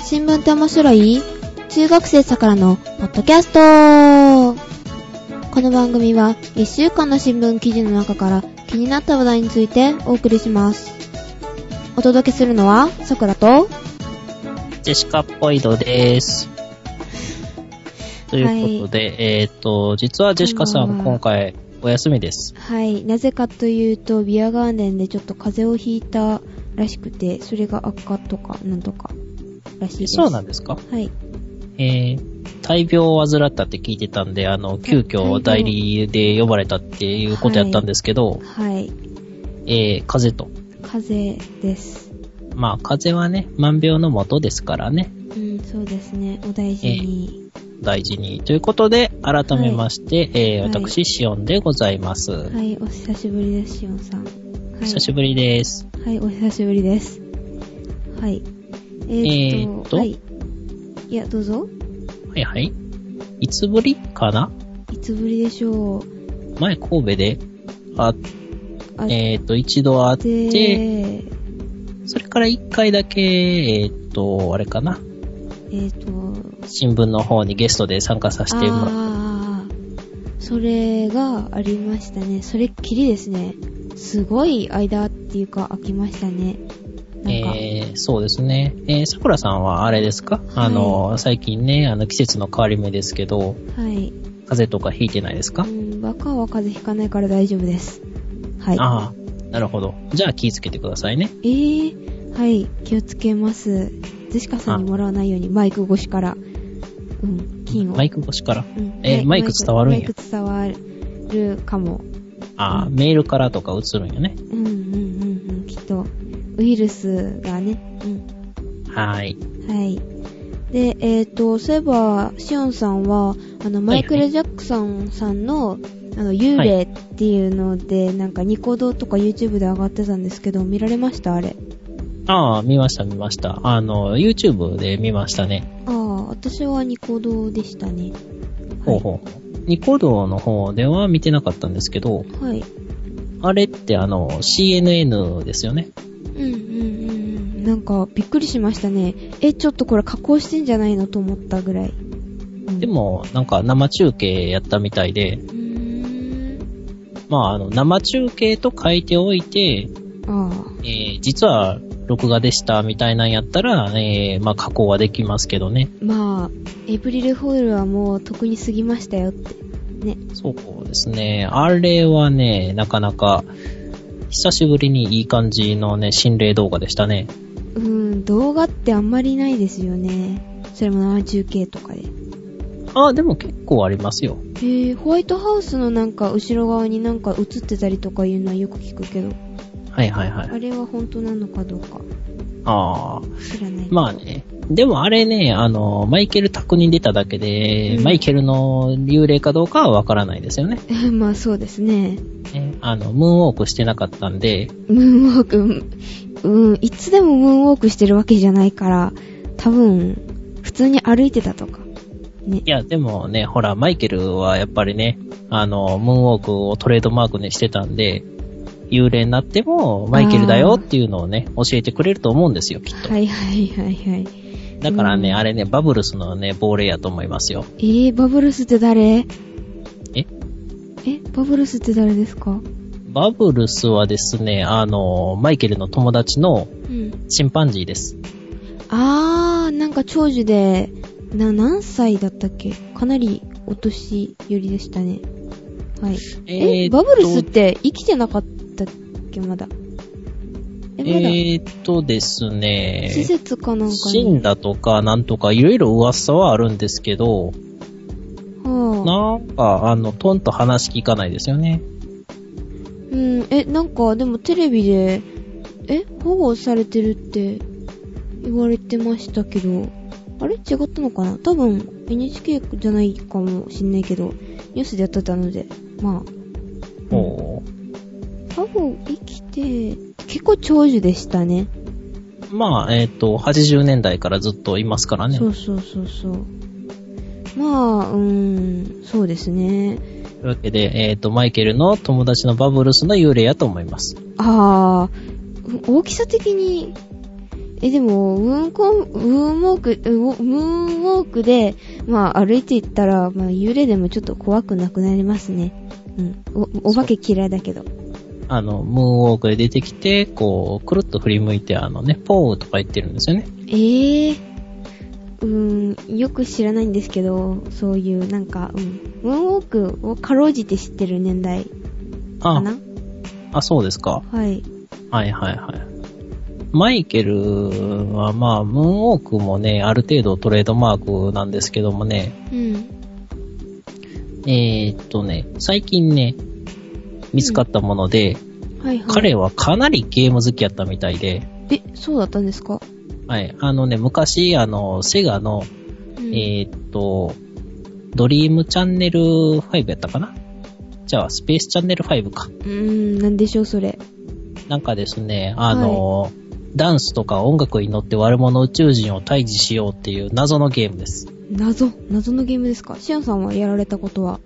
新聞って面白い中学生さからのポッドキャストこの番組は1週間の新聞記事の中から気になった話題についてお送りします。お届けするのはさくらとジェシカ・ポイドです。ということで、えっ、と、実はジェシカさこんばん、んは今回、お休みです。はい、なぜかというとビアガーデンでちょっと風邪をひいたらしくてそれが悪化とかなんとからしいです。そうなんでですかす。はい。えー、大病を患ったって聞いてたんで、あの、あ急遽大代病理で呼ばれたっていうことやったんですけど、はい。えー、風邪と。風邪です。まあ、風邪はね、万病のもとですからね、うん、そうですね。お大事に。大事に。ということで、改めまして、えー、はい私、シオンでございます。はい、お久しぶりです、しおんさん。はい、お久しぶりです。はい、お久しぶりです。はい。えーっと、えーっとはい。いや、どうぞ。はいはい。いつぶりかないつぶりでしょう。前神戸で、あ、あえっ、と、一度会っでて、えそれから一回だけ、えっ、と、あれかな、ーっと、新聞の方にゲストで参加させてもらっあー、それがありましたね。それっきりですね。すごい間っていうか、空きましたね。た。なんか、えー、そうですね。えー、桜さんはあれですか、あの、最近ね、あの、季節の変わり目ですけど、はい。風邪とかひいてないですか、うん、バカは風邪ひかないから大丈夫です。はい。ああ、なるほど。じゃあ気をつけてくださいね。えー、はい、気をつけます。ジェシカさんにもらわないようにマイク越しから、うん、金を。マイク越しから。うんえはいマイク伝わるんやマイク伝わるかも。ああ、メールからとか映るんよね。うんうんうんうん、きっと。ウイルスがね。うん。はーい。はい。で、えっ、と、そういえば、シオンさんは、あの、マイクル・ジャクソンさんの、あの、幽霊っていうので、なんか、ニコ動とか YouTube で上がってたんですけど、見られましたあれ。ああ、見ました見ました。あの、YouTube で見ましたね。ああ、私はニコ動でしたね。ほうほう。ニコ動の方では見てなかったんですけど、はい。あれってあの、CNN ですよね。うんうんうんうん。なんか、びっくりしましたね。え、ちょっとこれ加工してんじゃないのと思ったぐらい。うんで、も、なんか生中継やったみたいで、うーん。まあ、あの、生中継と書いておいて、あえー実は録画でしたみたいなんやったら、えーまあ、加工はできますけどね。あ。まあ、エブリルフールはもう特に過ぎましたよって。ね。そうですね。あれはね、なかなか、久しぶりにいい感じのね、心霊動画でしたね。うーん、動画ってあんまりないですよね。それも生中継とかで。あ、でも結構ありますよ。えー、ホワイトハウスのなんか後ろ側になんか映ってたりとかいうのはよく聞くけど、はいはいはい。あれは本当なのかどうかああ。知らない。まあね。でもあれね、あの、マイケル宅に出ただけで、うんマイケルの幽霊かどうかはわからないですよね。 まあそうですね。ねあの、ムーンウォークしてなかったんで、ムーンウォーク、うん、うんいつでもムーンウォークしてるわけじゃないから、多分、普通に歩いてたとか。ねい。や、でもね、ほら、マイケルはやっぱりね、あの、ムーンウォークをトレードマークにしてたんで、幽霊になっても、マイケルだよっていうのをね、教えてくれると思うんですよ、きっと。はいはいはいはい。だからね、うんあれね、バブルスのね、亡霊やと思いますよ。えー、バブルスって誰ええ、バブルスって誰ですかバブルスはですね、あの、マイケルの友達のうん。チンパンジーです。あー、なんか長寿で、な、何歳だったっけかなりお年寄りでしたね。はい。え、ーっとバブルスって生きてなかったっけまだ。え、まだ、えーっとですね、施設かなんか死んだとかなんとかいろいろ噂はあるんですけど、はあなんか、あの、トンと話聞かないですよね。うん、え、なんか、でもテレビで、え、保護されてるって言われてましたけど、あれ違ったのかな多分 NHK じゃないかもしんないけど、ニュースでやってたので、まあ、お多分生きて、結構長寿でしたね。まあ、えーっと、80年代からずっといますからねそ。うそうそうそう。まあ、うーん、そうですね。というわけで、えーっと、マイケルの友達のバブルスの幽霊やと思います。あー、大きさ的にえ、でも、ムーンコン、ムーンウォーク、うおムーンウォークで、まあ歩いていったら、まあ幽霊でもちょっと怖くなくなりますね。うん。お、お化け嫌いだけど。あの、ムーンウォークで出てきて、こう、くるっと振り向いて、あのね、ポーとか言ってるんですよね。ええうーん、よく知らないんですけど、そういう、なんか、うん。ムーンウォークをかろうじて知ってる年代かあ、なあ、そうですか。はい。はいはいはい。マイケルはまあ、ムーンウォークもね、ある程度トレードマークなんですけどもね、うん。えーっとね、最近ね、見つかったもので、はいはい。彼はかなりゲーム好きやったみたいで、え、そうだったんですかはい、あのね、昔、あの、セガの、うんえーっと、ドリームチャンネル5やったかなじゃあ、スペースチャンネル5か。うーん、なんでしょう、それ。なんかですね、あの、ダンスとか音楽に乗って悪者宇宙人を退治しようっていう謎のゲームです。謎。謎のゲームですかシアンさんはやられたことは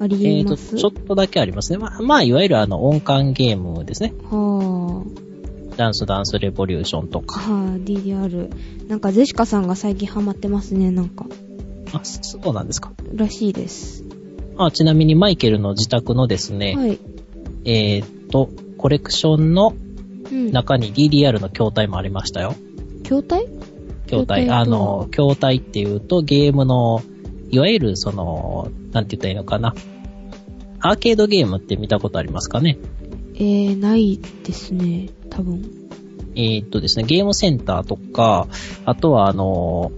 ありえーまと、す、ちょっとだけありますね。まあ、まあ、いわゆるあの、音感ゲームですね。はダンスダンスレボリューションとぁ、か。はぁ、DDR。なんか、ゼシカさんが最近ハマってますね、なんか。あ、そうなんですか。らしいです。あちなみにマイケルの自宅のですね、はい。えーっと、コレクションのうん。中に DDR の筐体もありましたよ。筐体筐筐体体、とはあの、筐体っていうとゲームの、いわゆるその、なんて言ったらいいのかな。アーケードゲームって見たことありますかねえー、ないですね、多分。えーっとですね、ゲームセンターとか、あとはあの、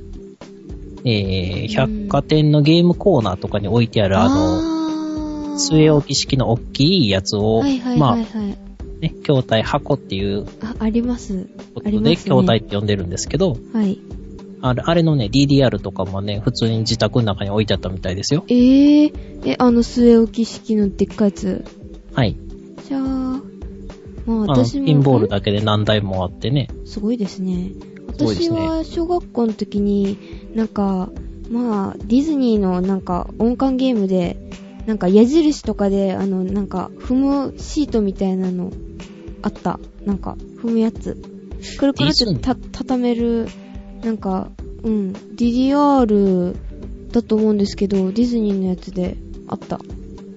えー、百貨店のゲームコーナーとかに置いてあるあの、の据え置き式の大きいやつを、はいはいまはあい、はい。ね、筐体箱っていうあ、あります。こありますとねで、筐体って呼んでるんですけど、はい。あれあれのね、DDR とかもね、普通に自宅の中に置いてあったみたいですよ。えー、え、あの、据え置き式のでっかいやつ。はい。じゃあ、まああの、私も。ピンボールだけで何台もあってね。すごいですね。すごいで私すねは小学校の時に、なんか、まあ、ディズニーのなんか音感ゲームで、なんか矢印とかで、あの、なんか踏むシートみたいなのあった。なんか踏むやつ。くるくるディズってニーた畳める、なんか、うん、DDR だと思うんですけど、ディズニーのやつであった。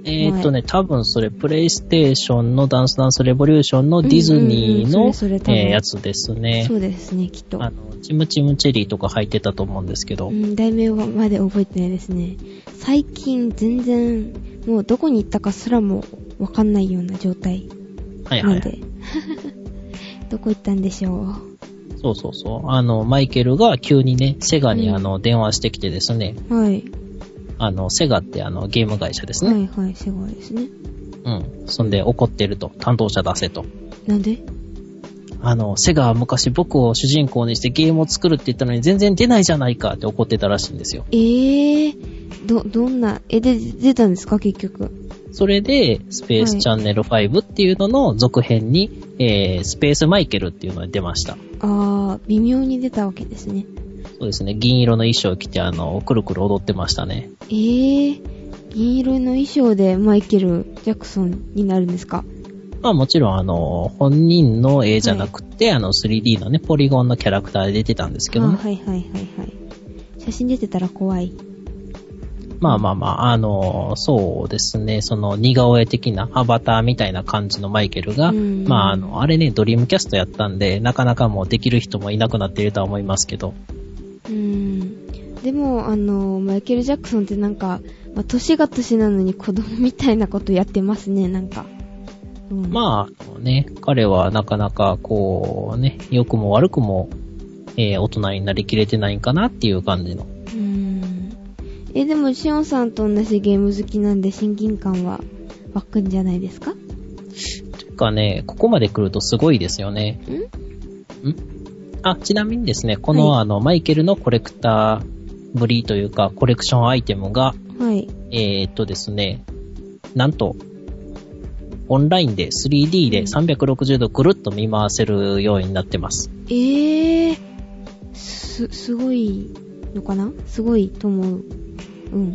えーっとね、多分それ、プレイステーションのダンスダンスレボリューションのディズニーうんうんうのんそれそれ多分えーやつですねそ。うですね、きっと。あの、チムチムチェリーとか入ってたと思うんですけどう、ん、題名はまで覚えてないですね。最近全然、もうどこに行ったかすらもわかんないような状態はいはなんいで。。 どこ行ったんでしょう。そうそうそう。あの、マイケルが急にね、セガにうんあの、電話してきてですね、はい。あの、セガってあの、ゲーム会社ですはね。いはい、すごいですね。うん。そんで怒ってると、担当者出せと。なんであの、セガは昔僕を主人公にしてゲームを作るって言ったのに全然出ないじゃないかって怒ってたらしいんですよ。えー、ど、どんな、え、で、出たんですか、結局。それで、スペースチャンネル5っていうのの続編に、えー、スペースマイケルっていうのが出ました。あー、微妙に出たわけですね。そうですね、銀色の衣装を着て、あの、くるくる踊ってましたね。えー、銀色の衣装でマイケル・ジャクソンになるんですかまあもちろん、あの、本人の絵じゃなくて、あの、3D のね、ポリゴンのキャラクターで出てたんですけどあね、ーはいはいはいはい。写真出てたら怖い。まあまあまあ、あの、そうですね、その似顔絵的なアバターみたいな感じのマイケルが、うんまああの、あれね、ドリームキャストやったんで、なかなかもうできる人もいなくなっているとは思いますけど、うーんでも、あの、マイケル・ジャクソンってなんか、まあ、年が年なのに子供みたいなことやってますね、なんか。うん、まあ、あのね、彼はなかなかこうね、良くも悪くも、えー大人になりきれてないんかなっていう感じうの。ーん。え、でも、シオンさんと同じゲーム好きなんで親近感は湧くんじゃないですかんてかね、ここまで来るとすごいですよね。あ、ちなみにですね、この、はいあの、マイケルのコレクターぶりというか、コレクションアイテムが、はい。えーっとですね、なんと、オンラインで 3D で360度ぐるっと見回せるようになってます。えー、す、すごいのかなすごいと思う。うん。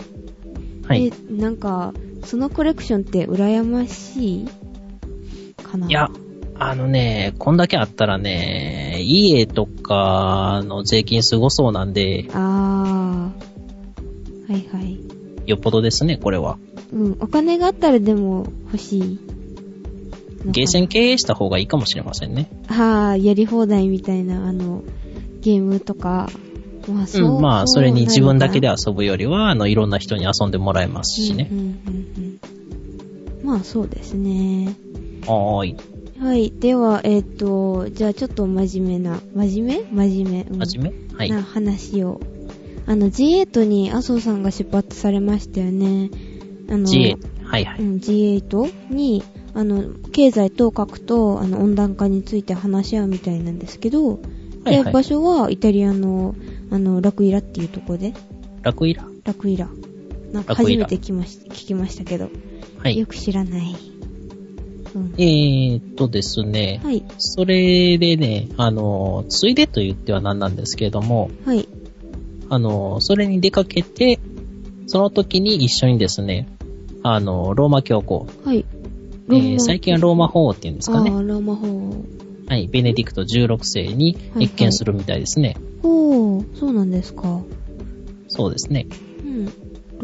はい。え、なんか、そのコレクションって羨ましいかないや、あのね、こんだけあったらね、家とかの税金すごそうなんで、あー。はいはい。よっぽどですね、これは。うん、お金があったらでも欲しい。ゲーセン経営した方がいいかもしれませんね。はあ、やり放題みたいな、あの、ゲームとか。まあ、う、そうんまあ、それに自分だけでは遊ぶよりは、あの、いろんな人に遊んでもらえますしねう。んうんうんうん、まあ、そうですね。はーい。はい。では、えっ、と、じゃあちょっと真面目な、真面目真面目。うん真面目はい。な話を。あの、G8 に麻生さんが出発されましたよね。あの、 G、はいはうい。ん、G8 に、あの、経済と核と、あの、温暖化について話し合うみたいなんですけど、はいはいで、場所はイタリアの、あの、ラクイラっていうとこで、ラクイララクイラ。なんかラク初イラめて聞きまし聞きましたけど、はいよ。く知らない。うん。えーっとですね、はい。それでね、あの、ついでと言っては何なんですけれども、はい。あの、それに出かけて、その時に一緒にですね、あの、ローマ教皇、はい。えー最近はローマ法王っていうんですかあね、ーローマ法。はい、ベネディクト16世にはい謁見するみたいですね。おー、そうなんですか。そうですね。うん。ロ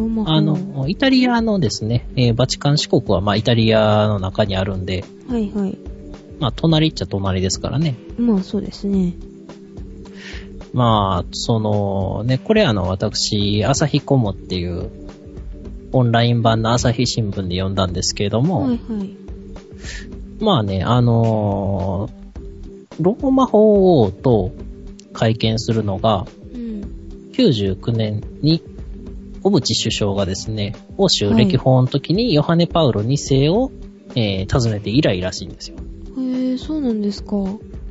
ーマ法。あの、イタリアのですね、えーバチカン四国は、まあ、イタリアの中にあるんで、はいはい。まあ、隣っちゃ隣ですからね。まあそうですね。まあ、その、ね、これあの、私、朝日コムっていう、オンライン版の朝日新聞で読んだんですけれども、はいはい。まあね、あのーローマ法王と会見するのが、うん。 99年に、小渕首相がですね、欧州歴訪の時にヨハネ・パウロ2世を、えー訪ねて以来らしいんですよ。へえ、そうなんですか。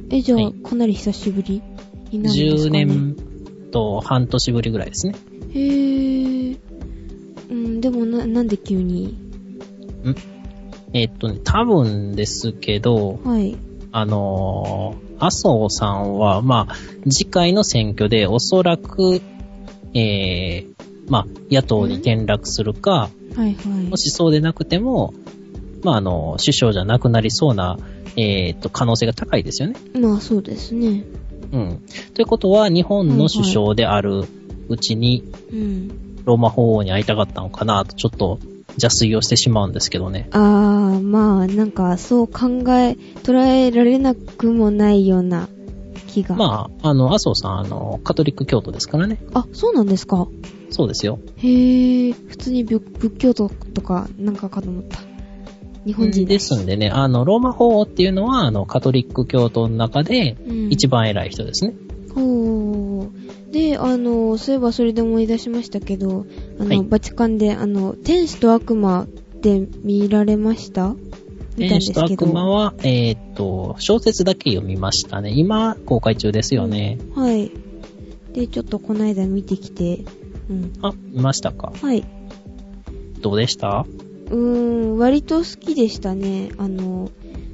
え、じゃあ、はいかなり久しぶりになるんです10か、ね、年と半年ぶりぐらいですね。へえ。うん、でもな、なんで急にえーっとね、多分ですけど、はい。あのー麻生さんは、まあ、次回の選挙でおそらく、えーまあ、野党に転落するか、はいはいも。しそうでなくても、まあ、あの、首相じゃなくなりそうな、えーっと、可能性が高いですよね。まあそうですね。うん。ということは、日本の首相であるうちに、うん。ローマ法王に会いたかったのかなと、ちょっと、邪推をしてしまうんですけどね。あー、まあなんかそう考え、捉えられなくもないような気が。まあ、あの、麻生さん、あの、カトリック教徒ですからね。あ、そうなんですか。そうですよ。へえ、普通に仏仏教徒とかなんかかと思った。日本人でだすんでね、あの、ローマ法王っていうのは、あの、カトリック教徒の中で、うん一番偉い人ですね。ほう。で、あの、そういえばそれで思い出しましたけど、あの、はいバチカンで、あの、天使と悪魔って見られました見たん天です使けど。と悪魔は、えーっと、小説だけ読みましたね。今、公開中ですよね。はい。で、ちょっとこの間見てきて、うん。あ、見ましたか。はい。どうでしたうーん、割と好きでしたね。あの、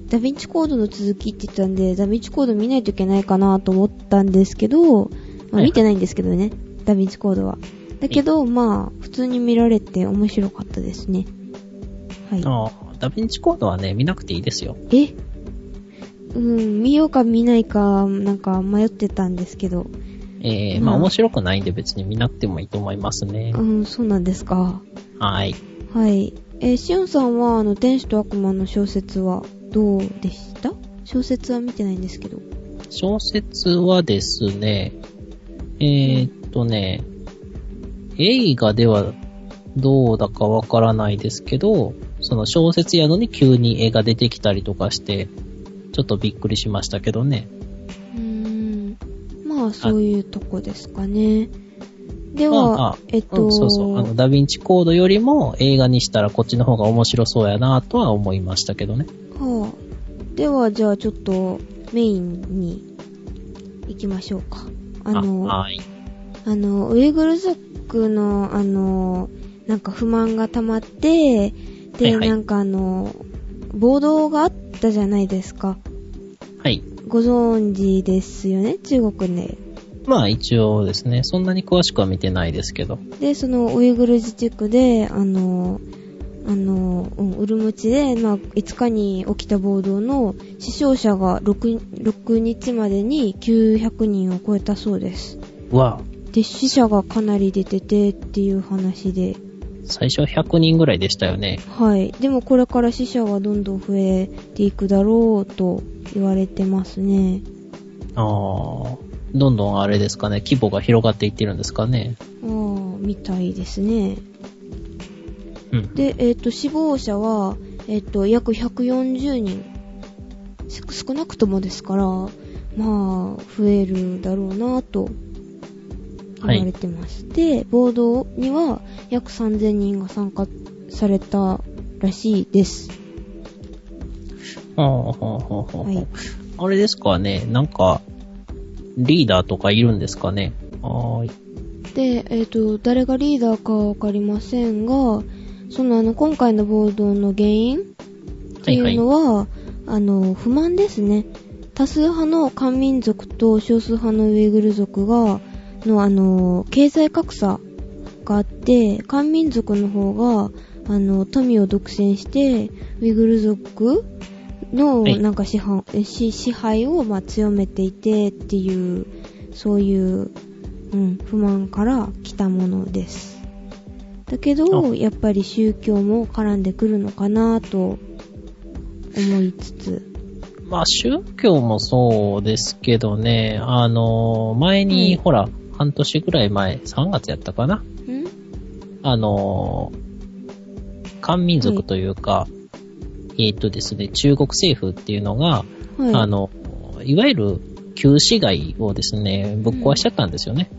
ダヴィンチコードの続きって言ったんで、ダヴィンチコード見ないといけないかなと思ったんですけど、まはあ、い見てないんですけどね、ダヴィンチコードは。だけど、まあ、普通に見られて面白かったですね。はい。あダヴィンチコードはね、見なくていいですよ。えうん、見ようか見ないか、なんか迷ってたんですけど。えー、まあ、うん面白くないんで別に見なくてもいいと思いますねう。ん、そうなんですか。はい。はい。えーシオンさんは、あの、天使と悪魔の小説はどうでした小説は見てないんですけど。小説はですね、えーっとね、映画ではどうだかわからないですけど、その小説やのに急に絵が出てきたりとかして、ちょっとびっくりしましたけどね。うーん。まあ、そういうとこですかね。では、まああえっと、うん、そうそう。あの、ダヴィンチコードよりも映画にしたらこっちの方が面白そうやなとは思いましたけどね。はあ、では、じゃあちょっとメインに行きましょうか。あの、あはい。の、ウイグル族の、あの、なんか不満が溜まって、で、はいはいなんかあの、暴動があったじゃないですか。はい。ご存知ですよね、中国で。まあ一応ですね、そんなに詳しくは見てないですけど。で、そのウイグル自治区で、あの、あの、うん、ウルムチで、まあ、5日に起きた暴動の死傷者が 6, 6日までに900人を超えたそうです。わあ、で、死者がかなり出ててっていう話で、最初100人ぐらいでしたよね。はい。でもこれから死者はどんどん増えていくだろうと言われてますね。ああ、どんどんあれですかね、規模が広がっていってるんですかね。ああ、みたいですね。うん。で、えっ、と、死亡者は、えっ、と、約140人。す少なくともですから、まあ、増えるだろうなと、はい言われてます。で、暴動には約3000人が参加されたらしいです。ああ、はあ、はあ、はあ。はい。あれですかね、なんか、リーダーとかいるんですかね。はーい。で、えっ、と、誰がリーダーかはわかりませんが、そのあの、今回の暴動の原因っていうのは、あの、不満ですね。多数派の漢民族と少数派のウイグル族が、のあの、経済格差があって、漢民族の方が、あの、富を独占して、ウイグル族の、はいなんか支配、し支配を、まあ、強めていてっていう、そういう、うん、不満から来たものです。だけど、あやっぱり宗教も絡んでくるのかなと思いつつ。まあ、宗教もそうですけどね、あのー、前に、うんほら、半年ぐらい前、3月やったかな。んあのー、漢民族というか、えーっとですね、中国政府っていうのが、はい。あの、いわゆる旧市街をですね、ぶっ壊しちゃったんですよね。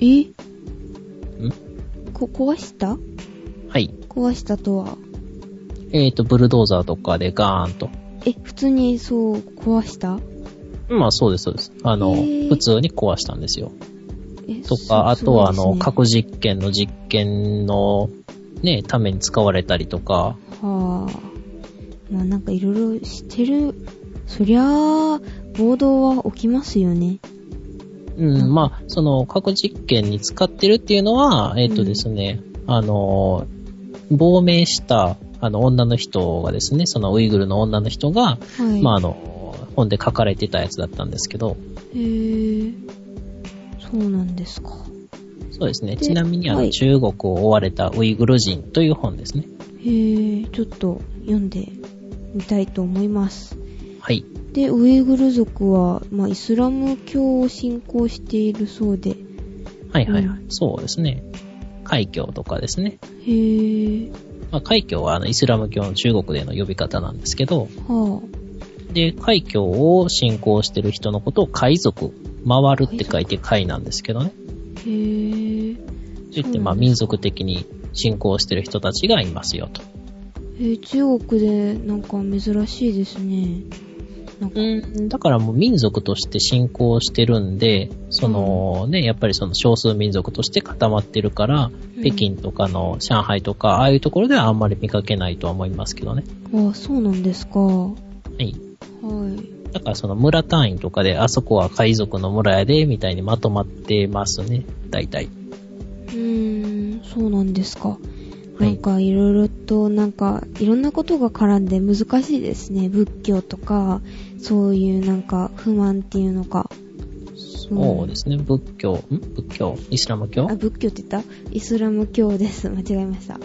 えんこ、壊したはい。壊したとは。えーっと、ブルドーザーとかでガーンと。え、普通にそう、壊したまあそうです、そうです。あの、へー普通に壊したんですよ。え、とそか、あとはあそうの、ですね核実験の実験の、ね、ために使われたりとか、はあ。まあなんかいろいろしてる。そりゃあ、暴動は起きますよね。うん、まあ、その、核実験に使ってるっていうのは、えっ、とですね、あの、亡命した、あの、女の人がですね、そのウイグルの女の人が、はい。まあ、あの、本で書かれてたやつだったんですけど、へえ。そうなんですか。そうですね、でちなみにあの、はい中国を追われたウイグル人という本ですね。へえ、ちょっと読んでみたいと思います。はい。で、ウイグル族は、まあ、イスラム教を信仰しているそうで。はいはいはい。うそうですね。海峡とかですね。へえ、まあ、海峡はあの、イスラム教の中国での呼び方なんですけど、はで、海峡を信仰してる人のことを海賊、回るって書いて海なんですけどね。あ、へえ、といって、まあ、民族的に信仰してる人たちがいますよと。えー中国でなんか珍しいですね。なんか、うん、だからもう民族として信仰してるんで、そのね、やっぱりその少数民族として固まってるから、うん北京とかの上海とか、ああいうところではあんまり見かけないとは思いますけどね。ああ、そうなんですか。ははい。い。だからその村単位とかで、あそこは海賊の村やで、みたいにまとまってますね。大体。うーん、そうなんですか。いなんかいろいろと、なんかいろんなことが絡んで難しいですね。仏教とか、そういうなんか不満っていうのか。そうですね。仏教、ん仏教イスラム教あ、仏教って言ったイスラム教です。 間違えました。い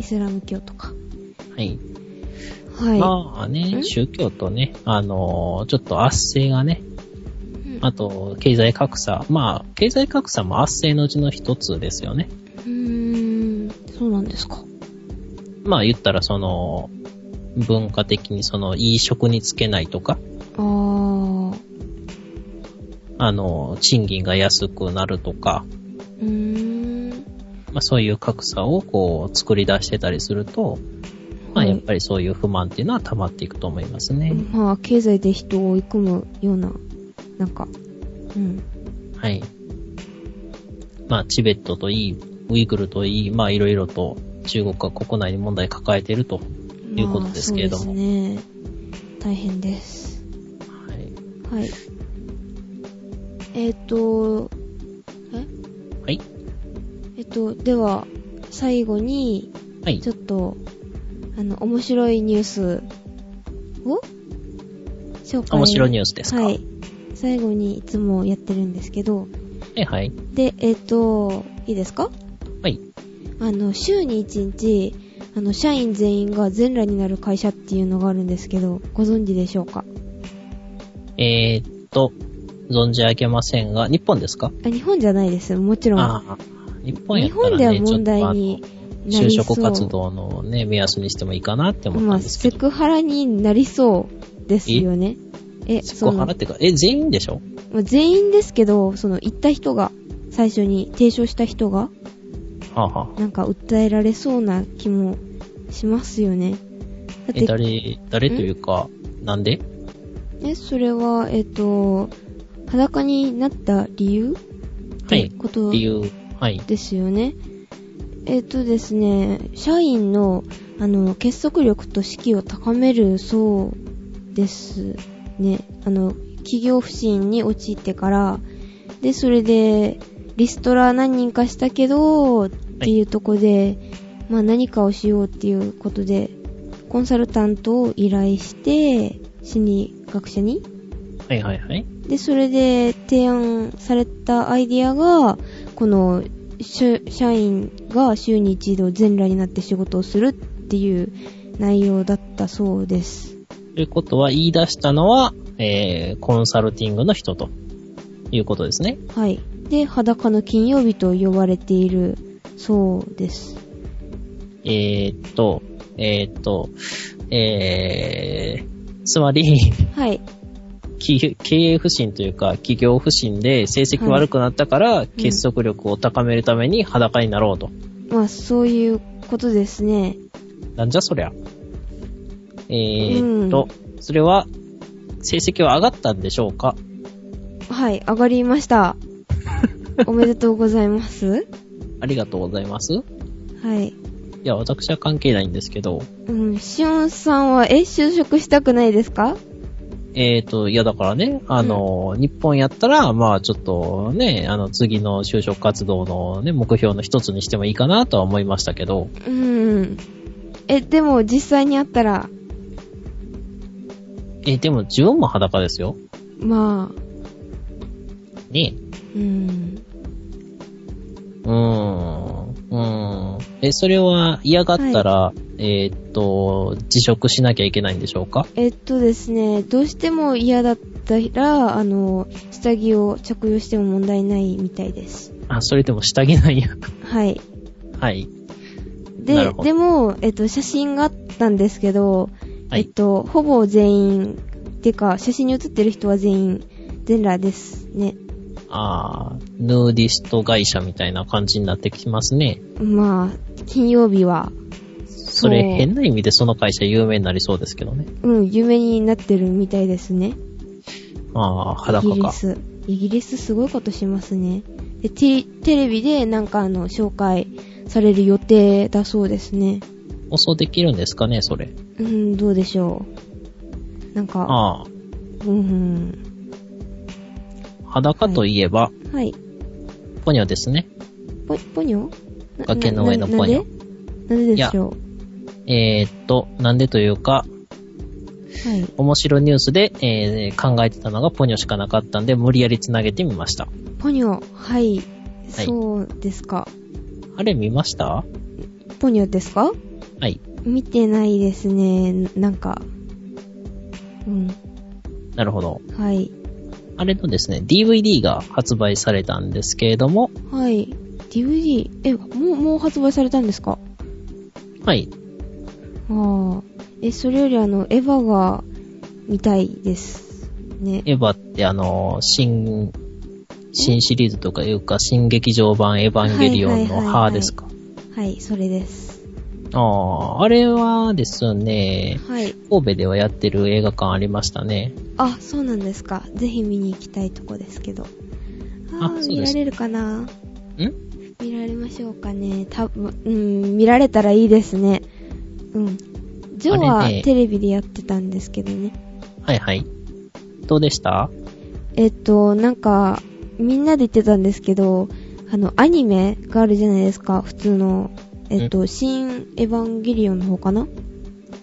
イスラム教とか。はい。はい。まあね、ん宗教とね、あのーちょっと圧政がね、うんあと、経済格差。まあ、経済格差も圧政のうちの一つですよね。うーん、そうなんですか。まあ、言ったらその、文化的にその、いい職につけないとか、あー、うあのー賃金が安くなるとか、ーん。まあ、そういう格差をこう、作り出してたりすると、まあ、はいやっぱりそういう不満っていうのは溜まっていくと思いますね。まあ、経済で人を追い込むような、なんか、うん。はい。まあ、チベットといい、ウイグルといい、まあ、いろいろと中国は国内に問題抱えていると。まあいうことですけれどもそうですね。大変です。はい。はい。えっ、と、はい。えっ、と、では、最後に、はいち。ょっと、あの、面白いニュースを紹介面白いニュースですかはい。最後にいつもやってるんですけど、え、はい。で、えっ、と、いいですかはい。あの、週に1日、あの、社員全員が全裸になる会社っていうのがあるんですけど、ご存知でしょうかえーっと、存じ上げませんが、日本ですかあ、日本じゃないです。もちろん。ああ、日本や日った本らね、では問題になちょっとあの就りそう。職活動のね、目安にしてもいいかなって思っまたあ、んですセけクど。ハラになりそうですよね。え、セそクハのラっ、てか、え、全員でしょまあ全員ですけど、その、行った人が、最初に提唱した人が、はあ、はあ、なんか訴えられそうな気もしますよね。だえ、って、誰、誰というか、なんでえ、それは、えっ、と、裸になった理由っはてい。こと理由。はい。ですよね。えっ、とですね、社員の、あの、結束力と士気を高めるそうですね。あの、企業不振に陥ってから、で、それで、リストラ何人かしたけど、っていうとこで、まあ何かをしようっていうことで、コンサルタントを依頼して、心理学者にはいはいはい。で、それで提案されたアイディアが、この、しゅ社員が週に一度全裸になって仕事をするっていう内容だったそうです。ということは、言い出したのは、えー、コンサルティングの人ということですね。はい。で、裸の金曜日と呼ばれているそうです。えー、っと、えー、っと、えー、つまり、 はい。企経営不振というか、企業不振で成績悪くなったから、結束力を高めるために裸になろうと。まあ、そういうことですね。なんじゃそりゃ。えー、っと、それは、成績は上がったんでしょうかはい、上がりました。おめでとうございます。ありがとうございます。いはい。や、私は関係ないんですけど、うん、しおんさんは、え、就職したくないですかえー、と、いやだからね、あの、日本やったら、まあちょっとね、あの、次の就職活動のね、目標の一つにしてもいいかなとは思いましたけど、うん。え、でも実際に会ったら、えーでも自分も裸ですよ。まあ、ねうん。うーん、うーん。え、それは嫌がったら、えーっと、辞職しなきゃいけないんでしょうかえっとですね、どうしても嫌だったら、あの、下着を着用しても問題ないみたいです。あ、それでも下着なんや。はい。 はい。なでるほ、どでも、えっと、写真があったんですけど、はえいっと、ほぼ全員、てか、写真に写ってる人は全員、全裸ですね。あーヌーディスト会社みたいな感じになってきますね。まあ、金曜日は、それ変な意味でその会社有名になりそうですけどね。うん、夢になってるみたいですね。ああ、イ裸ギリか。ス。イギリスすごいことしますね。で、テテレビでなんかあの、紹介される予定だそうですね。放送できるんですかね、それ。うん、どうでしょう。なんか、ああ、うん、裸といえば、うん。はい。ポニョですね。ぽ、ぽにょな崖の上のポニョななんでなんででしょえー、っと、なんでというか、う。はい。面白ニュースで、えー考えてたのがポニョしかなかったんで、無理やり繋げてみました。ポニョ、はい。そうですか。あれ見ましたポニョですかはい。見てないですね。なんか。うん。なるほど。はい。あれのですね、DVD が発売されたんですけれども、はい。DVD、え、もう、もう発売されたんですかはい。ああ。え、それよりあの、エヴァが見たいです。ね。エヴァってあの、新、新シリーズとかいうか、新劇場版エヴァンゲリオンはのいはいはいはい歯ですか。はい、それです。ああ、あれはですね、はい。神戸ではやってる映画館ありましたね。あ、そうなんですか。ぜひ見に行きたいとこですけど。あああ、そう見でらすれるかなん見られましょうかね。たぶん、うん、見られたらいいですね。うん。ジョーあはれねテレビでやってたんですけどね。はいはい。どうでしたえっと、なんか、みんなで言ってたんですけど、あの、アニメがあるじゃないですか、普通の。えっと、新エヴァンゲリオンの方かな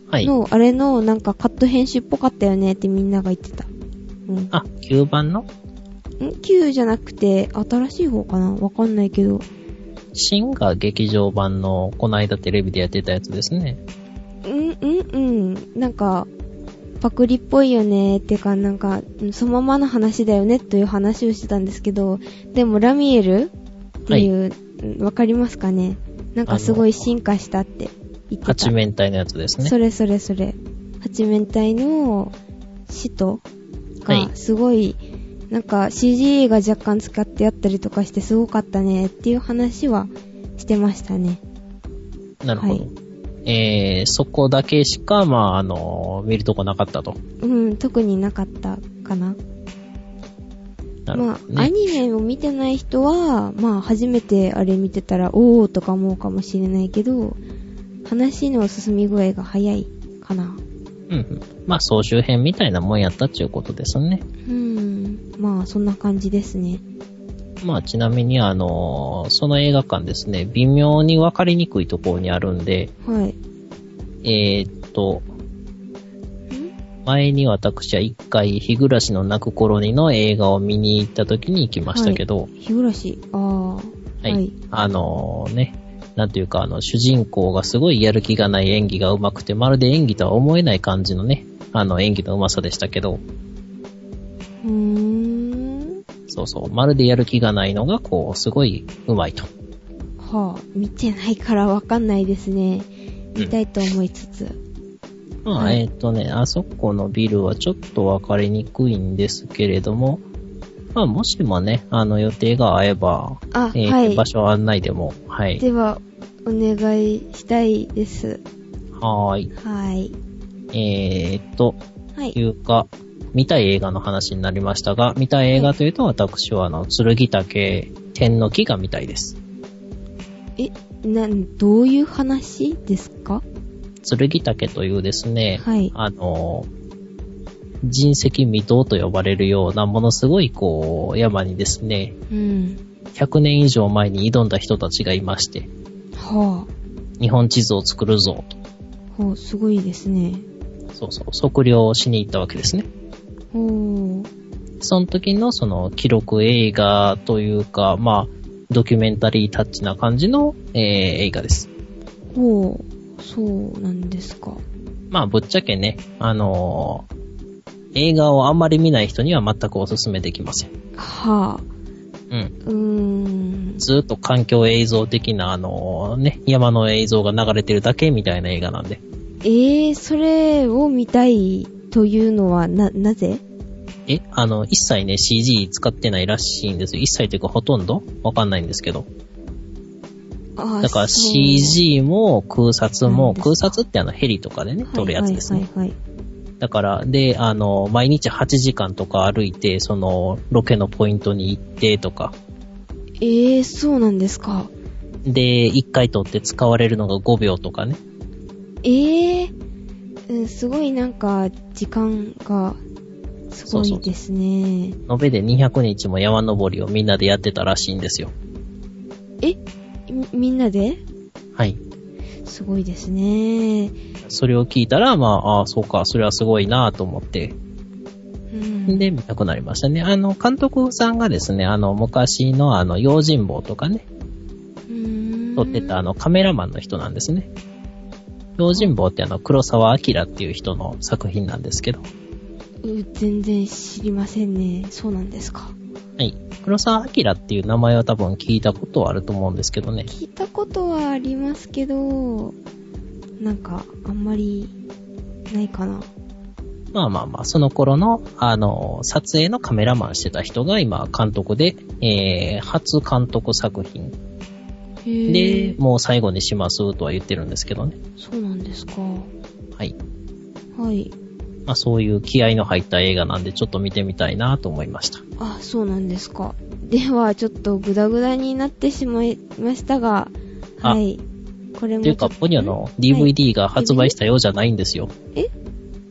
はい。の、あれのなんかカット編集っぽかったよねってみんなが言ってた。うん。あ、9番のん ?9 じゃなくて、新しい方かなわかんないけど。シンが劇場版の、この間テレビでやってたやつですね。うん、うん、うん。なんか、パクリっぽいよねってか、なんか、うんそのままの話だよねという話をしてたんですけど、でもラミエルっていう、うんわ、かりますかねなんかすごい進化したって言ってた。八面体のやつですねそ。れそれそれ。八面体の使徒はいがすごい、なんか CG が若干使ってあったりとかしてすごかったねっていう話はしてましたね。なるほど。はえー、そこだけしか、まあ、あの、見るとこなかったと。うん、特になかったかな。なるまほあ、どアね。ニメを見てない人は、まあ、初めてあれ見てたら、おーとか思うかもしれないけど、話の進み具合が早いかな。うんうん。まあ、総集編みたいなもんやったっていうことですね。うん、まあ、そんな感じですね。まあ、ちなみに、あの、その映画館ですね、微妙に分かりにくいところにあるんで、はい。えーっと、前に私は一回、日暮らしの泣く頃にの映画を見に行った時に行きましたけど、日暮らし、あー。はい。あのね、なんていうか、あの、主人公がすごいやる気がない演技が上手くて、まるで演技とは思えない感じのね、あの、演技の上手さでしたけど、うーん。そうそう、まるでやる気がないのが、こう、すごい上手いと。はあ、見てないからわかんないですね。見たいと思いつつ。まあ、はいえっ、とね、あそこのビルはちょっと分かりにくいんですけれども、まあ、もしもね、あの、予定が合えば、あ、えーはい場。所案内でも、はい。では、お願いしたいです。はーい。はい。えー、っと、はいい。うか、見たい映画の話になりましたが、見たい映画というと、私は、あの、剣竹、天の木が見たいです。え、なん、どういう話ですか剣竹というですね、はいあの、人石未踏と呼ばれるような、ものすごい、こう、山にですね、うん。 100年以上前に挑んだ人たちがいまして、は日本地図を作るぞ、あ。はあ、すごいですね。と。そうそう、測量をしに行ったわけですね。ほう。その時のその記録映画というか、まあ、ドキュメンタリータッチな感じの、えー映画です。ほう。そうなんですか。まあ、ぶっちゃけね、あのー映画をあんまり見ない人には全くおすすめできません。はあ。ううん。ーん。ずーっと環境映像的な、あのーね、山の映像が流れてるだけみたいな映画なんで。えー、それを見たいというのは、な、なぜえ、あの、一切ね、CG 使ってないらしいんですよ。一切というかほとんどわかんないんですけど。ああだからそう CG も空撮なんも、ですか空撮ってあのヘリとかでね、撮るやつですね。はいはいはいだから、で、あの、毎日8時間とか歩いて、その、ロケのポイントに行ってとか、はい。えー、そうなんですか。で、1回撮って使われるのが5秒とかね。えー、うん、すごいなんか、時間が、すごいですね。延べで200日も山登りをみんなでやってたらしいんですよ。えみみんなではい。すごいですね。それを聞いたら、まあ、ああ、そうか、それはすごいなと思って、うん。で、見たくなりましたね。あの、監督さんがですね、あの、昔のあの、用心棒とかね、撮ってたあの。の、カメラマンの人なんですね。用心棒ってあの、黒沢明っていう人の作品なんですけど、う全然知りませんね。そうなんですか。はい。黒沢明っていう名前は多分聞いたことはあると思うんですけどね。聞いたことはありますけど、なんか、あんまり、ないかな。まあまあまあ、その頃の、あの、撮影のカメラマンしてた人が今、監督で、えー、初監督作品へぇで、もう最後にしますとは言ってるんですけどね。そうなんですか。はい。はい。まあそういう気合の入った映画なんで、ちょっと見てみたいなと思いました。あ、そうなんですか。では、ちょっとグダグダになってしまいましたが、あはい。これもとちいょうっと。か、ポニョのはい DVD が発売したようじゃないんですよ。え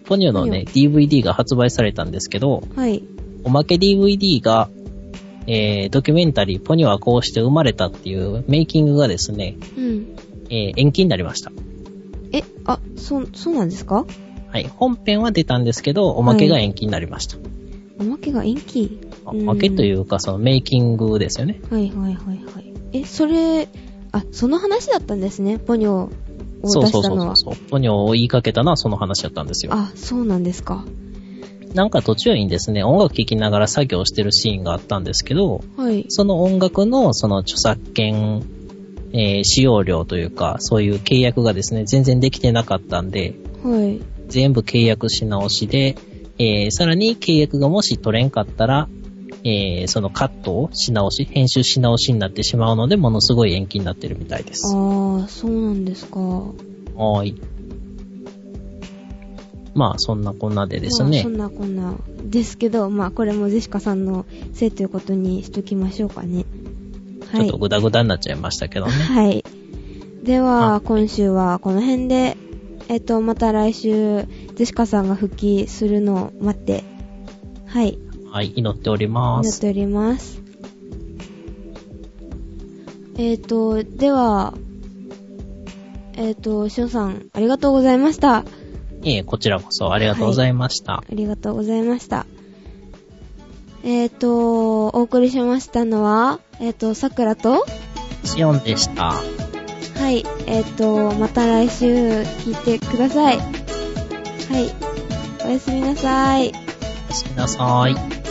ポニョのね、DVD が発売されたんですけど、はい。おまけ DVD が、えー、ドキュメンタリー、ポニョはこうして生まれたっていうメイキングがですね、うん。えー、延期になりました。え、あ、そ、そうなんですかはい。本編は出たんですけど、おまけが延期になりました。おまけが延期おまけといううか、そのメイキングですよね。ん。はいはいはいはい。え、それ、あ、その話だったんですね、ポニョを出そうそしうたそうのそはう。そう。ポニョを言いかけたのはその話だったんですよ。あ、そうなんですか。なんか途中にですね、音楽聴きながら作業してるシーンがあったんですけど、はい。その音楽のその著作権、えー使用料というか、そういう契約がですね、全然できてなかったんで、はい。全部契約し直しで、えーさらに契約がもし取れんかったら、えーそのカットをし直し、編集し直しになってしまうので、ものすごい延期になってるみたいであす。ー、そうなんですか。はーい。まあ、そんなこんなでですまあねそ。んなこんなですけど、まあこれもジェシカさんのせいということにしときましょうかね。ちはょっいと。グダグダになっちゃいましたけどね。はい。であは、今週はこの辺で、えっと、また来週、ジェシカさんが復帰するのを待って、はい、はい、祈っておりま祈っす。ております。えっと、では、えっと、しおさん、ありがとうございました。ええ、こちらこそありがとうございました。ありがとうございました。えっ、と、お送りしましたのは、えっ、と、さくらと、シオンでした。はい、えっ、と、また来週聞いてください。はい、おやすみなさい。おやすみなさい。